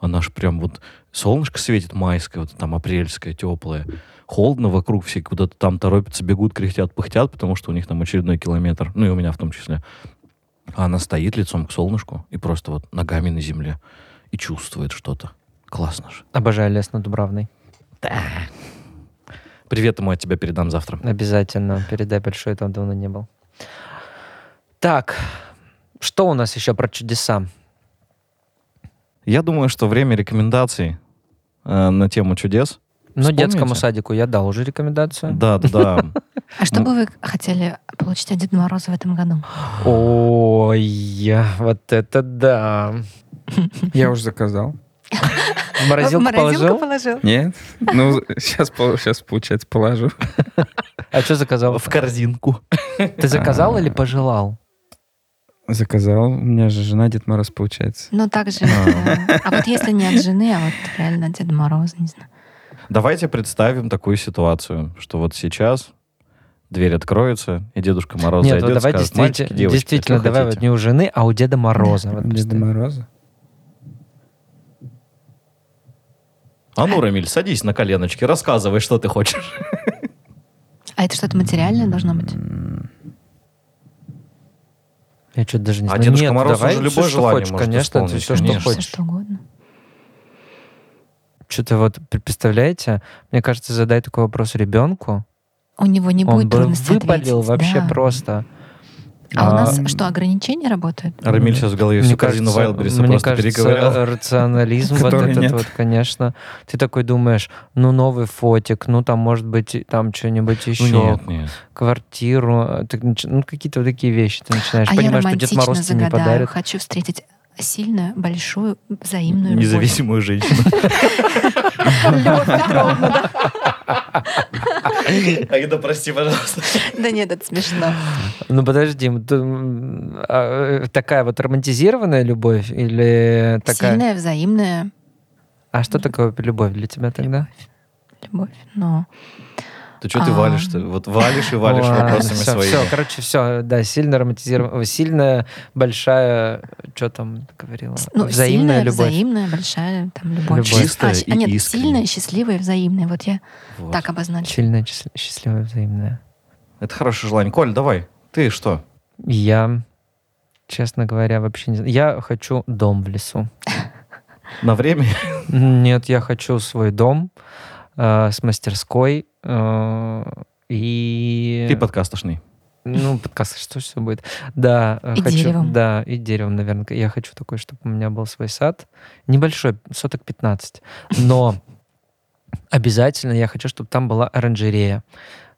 Она ж прям вот солнышко светит майское, вот там апрельское, теплое. Холодно вокруг, все куда-то там торопятся, бегут, кряхтят, пыхтят, потому что у них там очередной километр, ну и у меня в том числе. А она стоит лицом к солнышку и просто вот ногами на земле и чувствует что-то. Классно же.
Обожаю лес на Дубравной.
Привет ему от тебя передам завтра.
Обязательно. Передай большое, там давно не был. Так, что у нас еще про чудеса? Ну,
Я думаю, что время рекомендаций э, на тему чудес.
Ну,
Вспомните?
детскому садику я дал уже рекомендацию.
Да, да, да.
А
Ну.
что бы вы хотели получить от Деда Мороза в этом году?
Ой, вот это да.
Я уже заказал.
В морозилку положил?
положил?
Нет? Ну, сейчас, сейчас получается, положу.
А что
<laughs>
заказал?
В А. корзинку.
Ты заказал или пожелал?
Заказал. У меня же жена Дед Мороз, получается.
Ну, так же. э, А вот если не от жены, а вот реально от Деда Мороза, не знаю.
Давайте представим такую ситуацию, что вот сейчас дверь откроется, и Дедушка Мороз
Нет,
зайдет
вот
и
давай
скажет,
действительно,
«Мальчики, девочки,
действительно
что
давай
хотите?»
вот не у жены, а у Деда Мороза. Вот
Деда
представь.
Мороза?
А ну, Рамиль, садись на коленочки, рассказывай, что ты хочешь.
А это что-то материальное должно быть?
Я что-то даже не
А
знаю.
Дедушка
Нет,
Мороз, он
давай
же
всё,
любое
что
желание
хочешь,
может
конечно,
исполнить,
все, что
конечно.
Все,
хочешь.
что угодно.
Что-то вот, пр- представляете, мне кажется, задай такой вопрос ребенку,
У него не
он
будет
бы
трудностей
выпалил
ответить,
вообще
да.
просто.
А у
А,
нас что, ограничения работают?
<laughs> Рамиль сейчас в голове всю корзину Вайлдберриса
мне
просто
кажется,
переговорил.
рационализм вот
Который
этот
нет.
вот, конечно. Ты такой думаешь, ну, новый фотик, ну, там, может быть, и там что-нибудь еще,
Нет, нет.
квартиру, э, ты нач- ну, какие-то вот такие вещи ты начинаешь
А я
понимаешь, что Дед
романтично
Мороз тебе не
загадаю,
подарит.
хочу встретить сильную, большую, взаимную любовь.
Независимую женщину. <laughs>
Любовь Петровна, да?
Аида, прости, пожалуйста.
Да нет, это смешно.
Ну подожди, м, ты, м, а, э, такая вот романтизированная любовь или такая...
Сильная, взаимная
А что такое любовь для тебя тогда?
любовь, но...
Ты что ты
А.
валишь-то? Вот валишь и валишь
Ладно,
вопросами
всё,
своими.
всё, короче, все, да, сильно романтизированная, сильная, большая, что там ты говорила?
С- Ну,
взаимная
сильная,
любовь.
взаимная, большая там любовь. а
Любовь.
Чистая
щ-
и
нет,
искренняя.
сильная, счастливая, взаимная. Вот я
Вот.
так а обозначила.
Сильная, чис- счастливая, взаимная.
Это хорошее желание. Коль, давай. Ты что?
Я, честно говоря, вообще не знаю. Я хочу дом в лесу.
На время?
Нет, я хочу свой дом э, с мастерской э, и...
Ты подкастошный.
Ну, подкаст, что все будет. Да, э,
И
хочу,
деревом.
Да, и деревом, наверное. Я хочу такой, чтобы у меня был свой сад. Небольшой, соток 15. Но обязательно я хочу, чтобы там была оранжерея.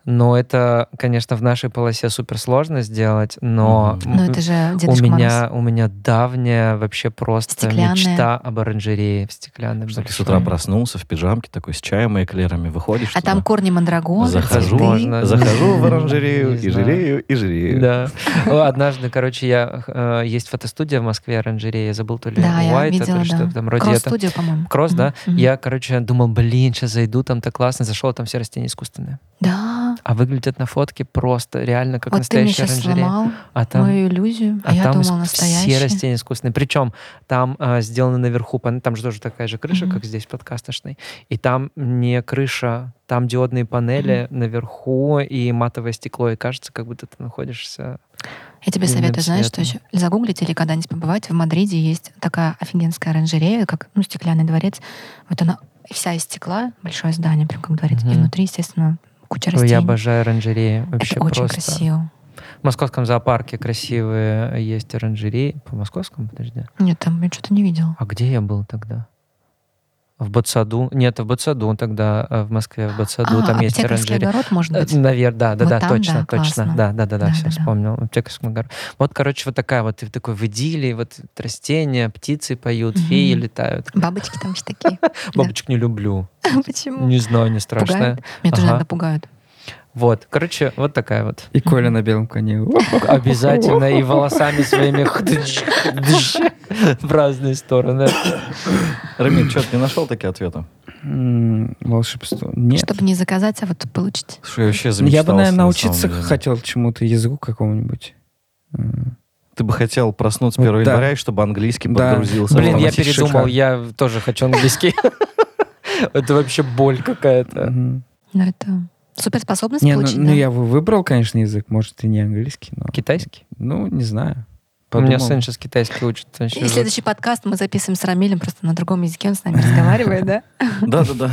Но это, конечно, в нашей полосе суперсложно сделать, но...
Мгм.
м,
Ну, это же
у
Дедушка Мороз.
меня, у меня давняя вообще просто
Стеклянная.
мечта об оранжерее в стеклянной
Что ты с
большой.
утра проснулся в пижамке такой с чаем и эклерами выходишь
А там
туда?
корни мандрагоры,
Захожу,
цветы.
Можно.
захожу в
Э, Не
оранжерею и
знаю.
жирею, и жирею.
Да. О, Однажды, короче, я э, есть фотостудия в Москве оранжерея, я забыл то ли
Да, я
White, а то
видела,
ли что
да.
там вроде это.
Кросс-студио, по-моему.
Кросс, да?
Мгм.
Я, короче, думал, блин, сейчас зайду, там так классно. Зашел, а там все растения искусственные.
Да.
А выглядят на фотке просто реально как
Вот ты меня
настоящая
сейчас
оранжерея.
сломал
А там
мою иллюзию. А,
а
я
там
думала,
иск- все
настоящая.
растения искусственные. Причем там а, сделаны наверху, пан- там же тоже такая же крыша,
Мгм.
как здесь подкастошной. И там не крыша, там диодные панели наверху и матовое стекло. И кажется, как будто ты находишься.
Я тебе
Дневным
советую, знаешь, что еще?
светом.
Загуглить или когда-нибудь побывать. В Мадриде есть такая офигенская оранжерея, как ну, стеклянный дворец. Вот она вся из стекла, большое здание, прям как дворец. И
Мгм.
внутри, естественно, куча
Ой,
растений.
Я обожаю оранжереи. Вообще
Это очень
просто.
красиво.
В московском зоопарке красивые есть оранжереи. По московскому, подожди.
Нет, там я что-то не видела.
А где я был тогда? В Ботсаду? Нет, в Ботсаду тогда, э, в Москве, в Ботсаду,
а,
там есть Э,
аптекарский
оранжерея.
огород, может быть.
Наверное, да, да,
Вот
да,
там,
точно,
да,
точно.
классно.
Да, да, да, да, все
Да-да-да.
вспомнил. Аптекарский магазин. Вот, короче, вот такая вот, ты такой в идиллии, вот растения, птицы поют,
Мгм.
феи летают.
Бабочки там же
<laughs>
такие. <laughs>
Бабочек не люблю.
Почему?
Не знаю, не страшно.
Пугают. Меня тоже
Ага.
иногда пугают.
Вот, короче, вот такая вот.
И Коля на белом коне.
Обязательно и
<laughs>
волосами своими <laughs> хдыщ, хдыщ в разные стороны.
Рамиль, что ты не нашел такие ответы?
М, Волшебство. Нет.
Чтобы не заказать, а вот получить.
Слушай, я вообще
Я бы,
замечтался,
наверное,
на
научиться
самом деле.
хотел чему-то, языку какому-нибудь. М,
Ты бы хотел проснуться
Вот
1
да.
января, и чтобы английский
Да.
подгрузился.
Блин, я
автоматически.
передумал,
шикарно.
я тоже хочу английский. <laughs> Это вообще боль какая-то.
мгм.
Но это суперспособность
Не, ну,
получить,
ну,
да?
я бы выбрал, конечно, язык, может, и не английский, но...
Китайский?
Ну, не знаю.
У меня
Подумал.
сын сейчас китайский учит. он
И
щас-
следующий подкаст мы записываем с Рамилем просто на другом языке, он с
<laughs>
нами разговаривает, да?
Да-да-да.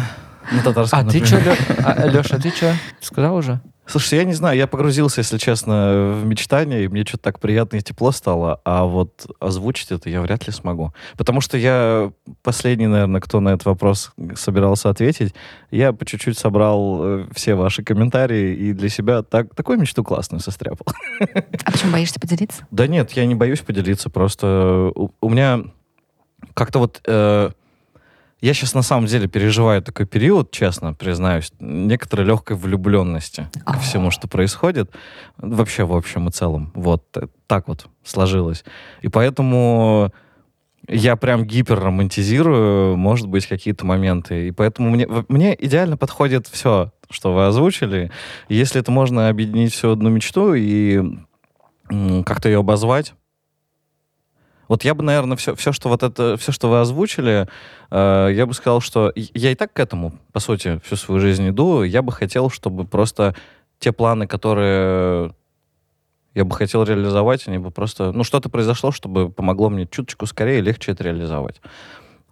На татарском,
А ты
например.
что, <laughs> Леша, ты что? Сказал уже?
Слушай, я не знаю, я погрузился, если честно, в мечтания, и мне что-то так приятно и тепло стало, а вот озвучить это я вряд ли смогу. Потому что я последний, наверное, кто на этот вопрос собирался ответить, я по чуть-чуть собрал э, все ваши комментарии и для себя так, такую мечту классную состряпал.
А почему боишься поделиться?
Да нет, я не боюсь поделиться, просто э, у, у меня как-то вот... э, я сейчас на самом деле переживаю такой период, честно признаюсь, некоторой легкой влюбленности ко
О.
всему, что происходит. Вообще, в общем и целом. Вот э, так вот сложилось. И поэтому я прям гиперромантизирую, может быть, какие-то моменты. И поэтому мне, в- мне идеально подходит все, что вы озвучили. Если это можно объединить всю одну мечту и м, как-то ее обозвать. Вот я бы, наверное, все, все, что вот это, все, что вы озвучили, э, я бы сказал, что и- я и так к этому, по сути, всю свою жизнь иду. Я бы хотел, чтобы просто те планы, которые я бы хотел реализовать, они бы просто, ну, что-то произошло, чтобы помогло мне чуточку скорее и легче это реализовать.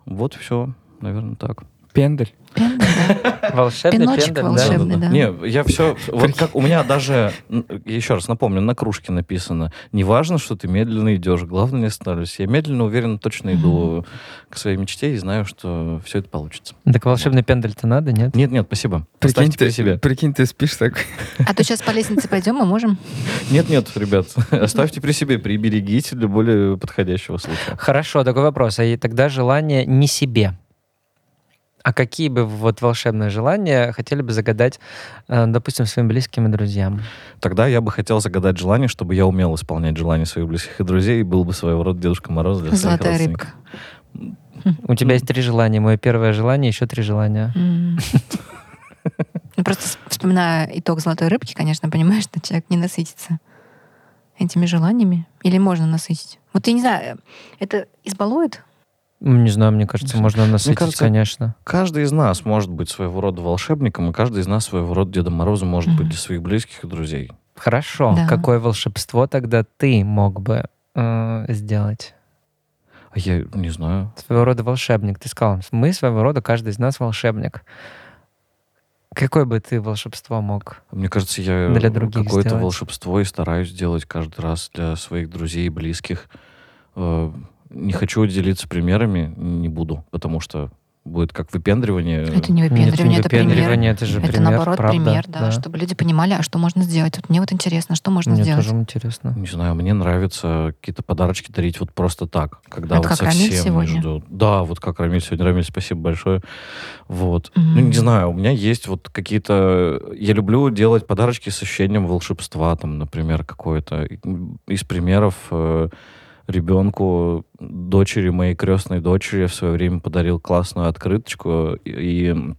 Вот все, наверное, так.
Пендель.
Пенда, да.
Волшебный
Пиночек
пендаль, да.
волшебный, да.
Не, я все... Вот как у меня даже... м, Еще раз напомню, на кружке написано. Не важно, что ты медленно идешь, главное не останавливайся. Я медленно, уверенно, точно иду к своей мечте и знаю, что все это получится.
Так волшебный пендаль-то надо, нет?
Нет-нет, спасибо.
Прикинь
Оставьте при
ты,
себе.
прикинь, ты спишь такой.
А то сейчас по лестнице пойдем, мы можем.
Нет-нет, ребят, <laughs> оставьте при себе, приберегите для более подходящего случая.
Хорошо, такой вопрос. А и тогда желание не себе. А какие бы вот волшебные желания хотели бы загадать, э, допустим, своим близким и друзьям?
Тогда я бы хотел загадать желание, чтобы я умел исполнять желания своих близких и друзей и был бы своего рода Дедушка Мороз для своих
Золотая
родственников.
рыбка.
У тебя есть три желания. Мое первое желание, еще три желания.
М. Ну, Просто с- вспоминая итог золотой рыбки, конечно, понимаешь, что человек не насытится этими желаниями. Или можно насытить? Вот я не знаю, это избалует?
М, Ну, Не знаю, мне кажется, можно
Ну,
насытить,
кажется,
конечно.
Каждый из нас может быть своего рода волшебником, и каждый из нас своего рода Дедом Морозом может
Мгм.
быть для своих близких и друзей.
Хорошо.
Да.
Какое волшебство тогда ты мог бы э, сделать?
А я не знаю.
Своего рода волшебник. Ты сказал, мы своего рода, каждый из нас волшебник. Какое бы ты волшебство мог?
Мне кажется, я
Для других
какое-то
сделать.
волшебство и стараюсь делать каждый раз для своих друзей и близких. Э, Не хочу делиться примерами, не буду, потому что будет как выпендривание.
Это не
Э, Нет, не
выпендривание, это пример.
выпендривание, это же
Это
пример,
наоборот
правда,
пример, да, чтобы люди понимали, а что можно сделать. Вот мне вот интересно, что можно
Мне
сделать.
тоже интересно.
Не знаю, мне нравится какие-то подарочки дарить вот просто так, когда
Вот
вот
как Рамиль
совсем не
сегодня.
ждут. Да, вот как Рамиль сегодня. Рамиль, спасибо большое. Вот.
Мгм.
Ну, не знаю, у меня есть вот какие-то... Я люблю делать подарочки с ощущением волшебства, там, например, какое-то. Из примеров э, ребенку, дочери моей крестной дочери я в свое время подарил классную открыточку и, и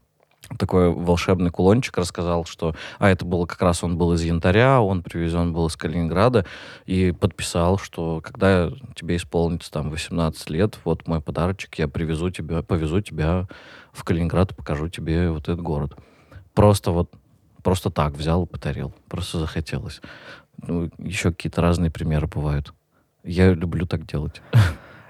такой волшебный кулончик рассказал, что а это было как раз он был из янтаря, он привезен был из Калининграда и подписал, что когда тебе исполнится там 18 лет, вот мой подарочек, я привезу тебя, повезу тебя в Калининград, покажу тебе вот этот город. Просто вот, просто так взял и подарил. Просто захотелось. Ну, еще какие-то разные примеры бывают. Я люблю так делать.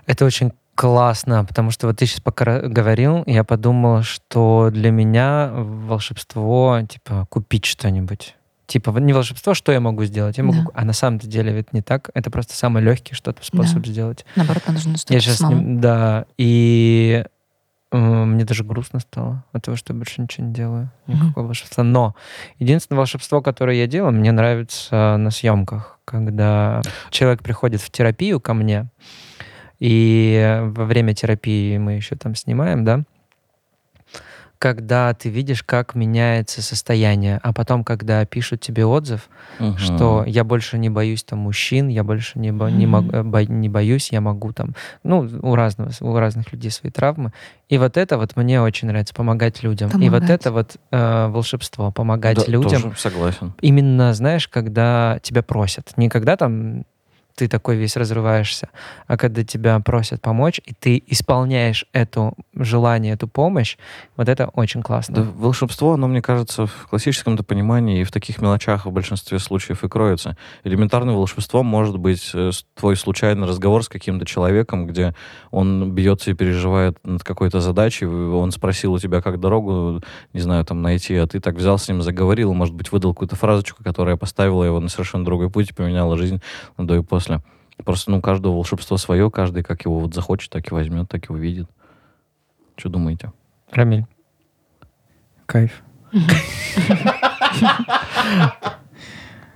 Это очень классно, потому что вот ты сейчас пока ра- говорил, я подумал, что для меня волшебство, типа, купить что-нибудь. Типа, вот не волшебство, что я могу сделать? Я могу...
Да.
А на самом-то деле ведь не так. Это просто самый легкий что-то способ сделать.
Наоборот, нужно
Я
что-то
сейчас...
самому.
Да, и э, мне даже грустно стало от того, что я больше ничего не делаю.
Мгм.
Никакого волшебства. Но единственное волшебство, которое я делаю, мне нравится на съемках, когда человек приходит в терапию ко мне, и во время терапии мы еще там снимаем, да, когда ты видишь, как меняется состояние, а потом, когда пишут тебе отзыв, что я больше не боюсь там мужчин, я больше не, бо- не, мог-
Мгм.
э, бо- не боюсь, я могу там, ну, у, разного, у разных людей свои травмы. И вот это вот мне очень нравится, помогать людям. И вот
Помогать.
это вот э, волшебство, помогать
Да,
людям.
тоже согласен.
Именно, знаешь, когда тебя просят. Не когда там ты такой весь разрываешься, а когда тебя просят помочь, и ты исполняешь это желание, эту помощь, вот это очень классно.
Да, волшебство, оно, мне кажется, в классическом-то понимании и в таких мелочах в большинстве случаев и кроется. Элементарным волшебством может быть э, с- твой случайный разговор с каким-то человеком, где он бьется и переживает над какой-то задачей, в- он спросил у тебя, как дорогу, не знаю, там найти, а ты так взял с ним, заговорил, может быть, выдал какую-то фразочку, которая поставила его на совершенно другой путь и поменяла жизнь на до и после. Просто, ну, у каждого волшебство свое, каждый как его вот захочет, так и возьмет, так и увидит. Что думаете?
Рамиль.
<laughs> Кайф.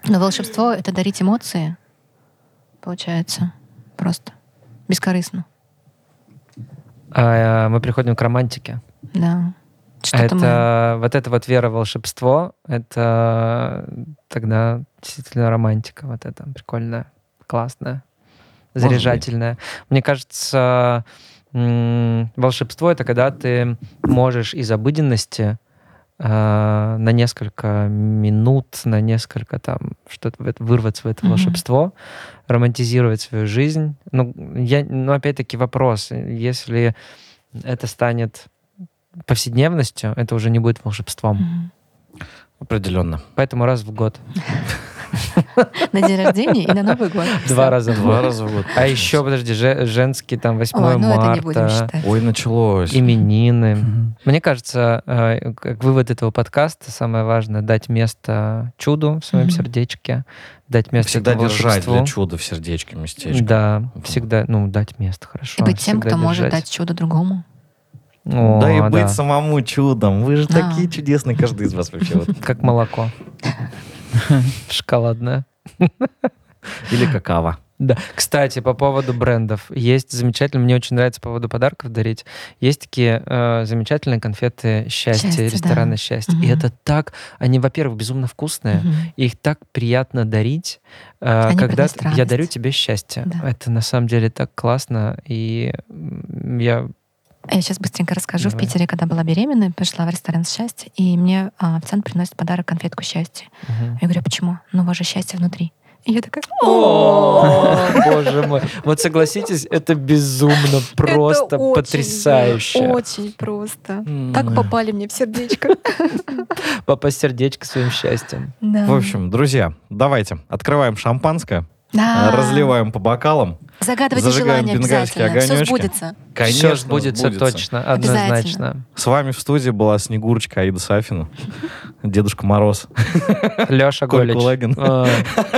Но волшебство — это дарить эмоции, получается, просто. Бескорыстно,
А, э, мы приходим к романтике.
да. Что-то мы-
Это вот это вот вера в волшебство, это тогда действительно романтика вот эта прикольная,
Может
классная,
быть.
заряжательная. Мне кажется, м, волшебство это когда ты можешь из обыденности э, на несколько минут, на несколько там что-то в это- вырваться в это
Мгм.
волшебство, романтизировать свою жизнь. Ну, я, ну опять-таки вопрос, если это станет повседневностью, это уже не будет волшебством.
Мгм.
Определенно.
Поэтому раз в год.
на день рождения и на Новый год.
Два раза в
Два
год.
раза в год.
А еще, подожди, же- женский там 8
Ой, ну это не будем
марта,
считать.
Ой, началось.
именины.
Мгм.
Мне кажется, э, как вывод этого подкаста, самое важное — дать место чуду в своем
Мгм.
сердечке, дать место
Всегда
этому
держать для
волшебству.
чуда в сердечке местечко.
Да,
Вот.
всегда, ну, дать место,
И
хорошо.
быть тем, кто
всегда
может
держать.
дать чудо другому.
О,
Ну, да и
да.
быть самому чудом. Вы же
Да.
такие чудесные, каждый из вас вообще. вот.
<laughs>
Как молоко. Шоколадное.
Или какао.
Да. Кстати, по поводу брендов. Есть замечательно, мне очень нравится по поводу подарков дарить. Есть такие э, замечательные конфеты счастья,
Счастье,
рестораны
да.
счастья. И
Мгм.
это так, они, во-первых, безумно вкусные,
Мгм.
их так приятно дарить, э,
Они
когда
приносят
т- я дарю
радость.
тебе счастье.
Да.
Это на самом деле так классно, и м, я
Я сейчас быстренько расскажу.
Давай.
В Питере, когда была беременна, пришла в ресторан счастья, и мне а, официант приносит в подарок конфетку счастья.
мгм.
Я говорю, «А почему? Ну, у вас же счастье внутри. И я такая, <laughs>
О, <laughs> боже мой. Вот согласитесь, это безумно просто
«Это очень,
потрясающе.
Очень просто. Так попали мне в сердечко.
Папа сердечко своим счастьем.
Да.
В общем, друзья, давайте открываем шампанское,
Да.
разливаем по бокалам.
Загадывайте
зажигаем
желание
бенгальские
обязательно. Все
огонечки.
сбудется.
Все сбудется
сбудется.
точно, однозначно.
С вами в студии была Снегурочка Аида Сафина, Дедушка Мороз.
Леша
Коль
Голич.
Кулагин.
<laughs>
А,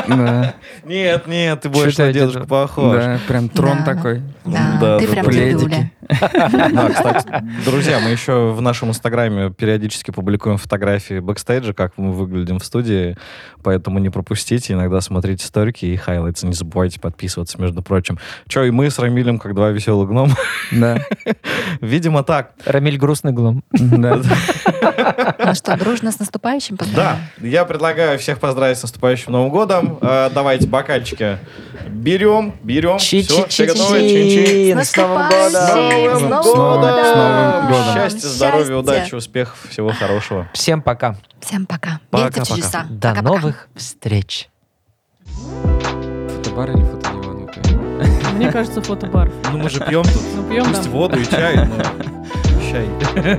Да,
Нет, нет, ты
больше
больше
на
на
дедушку
дедушку похож.
да, прям трон
Да.
такой.
Да.
Да,
Ты
да,
прям
да.
дедуля.
Пледики.
Да, Ну, а, кстати, друзья, мы еще в нашем инстаграме периодически публикуем фотографии бэкстейджа, как мы выглядим в студии, поэтому не пропустите, иногда смотрите сторики и хайлайтсы, не забывайте подписываться, между прочим. Че, и мы с Рамилем, как два веселых гнома, <laughs>
Да,
видимо так.
Рамиль грустный глум.
да.
Ну что, дружно с наступающим
Да,
поздравляю.
я предлагаю всех поздравить с наступающим Новым годом. Э, Давайте бокальчики берем, берем. Все, Ну, все готовы? Чин-чин.
Чи-чи-чин. С Новым
наступающим!
годом!
С Новым
годом! С Новым годом!
Счастья, здоровья,
Счастья!
удачи, успехов, всего хорошего.
Всем пока.
Всем пока. Верьте в
Пока-пока.
чудеса.
До
Пока-пока.
новых встреч.
Фотобар или фотодиван? Ну, как?
Мне кажется, фотобар.
Ну мы же пьем тут.
Ну, пьем,
Пусть
да.
воду и чай, но чай.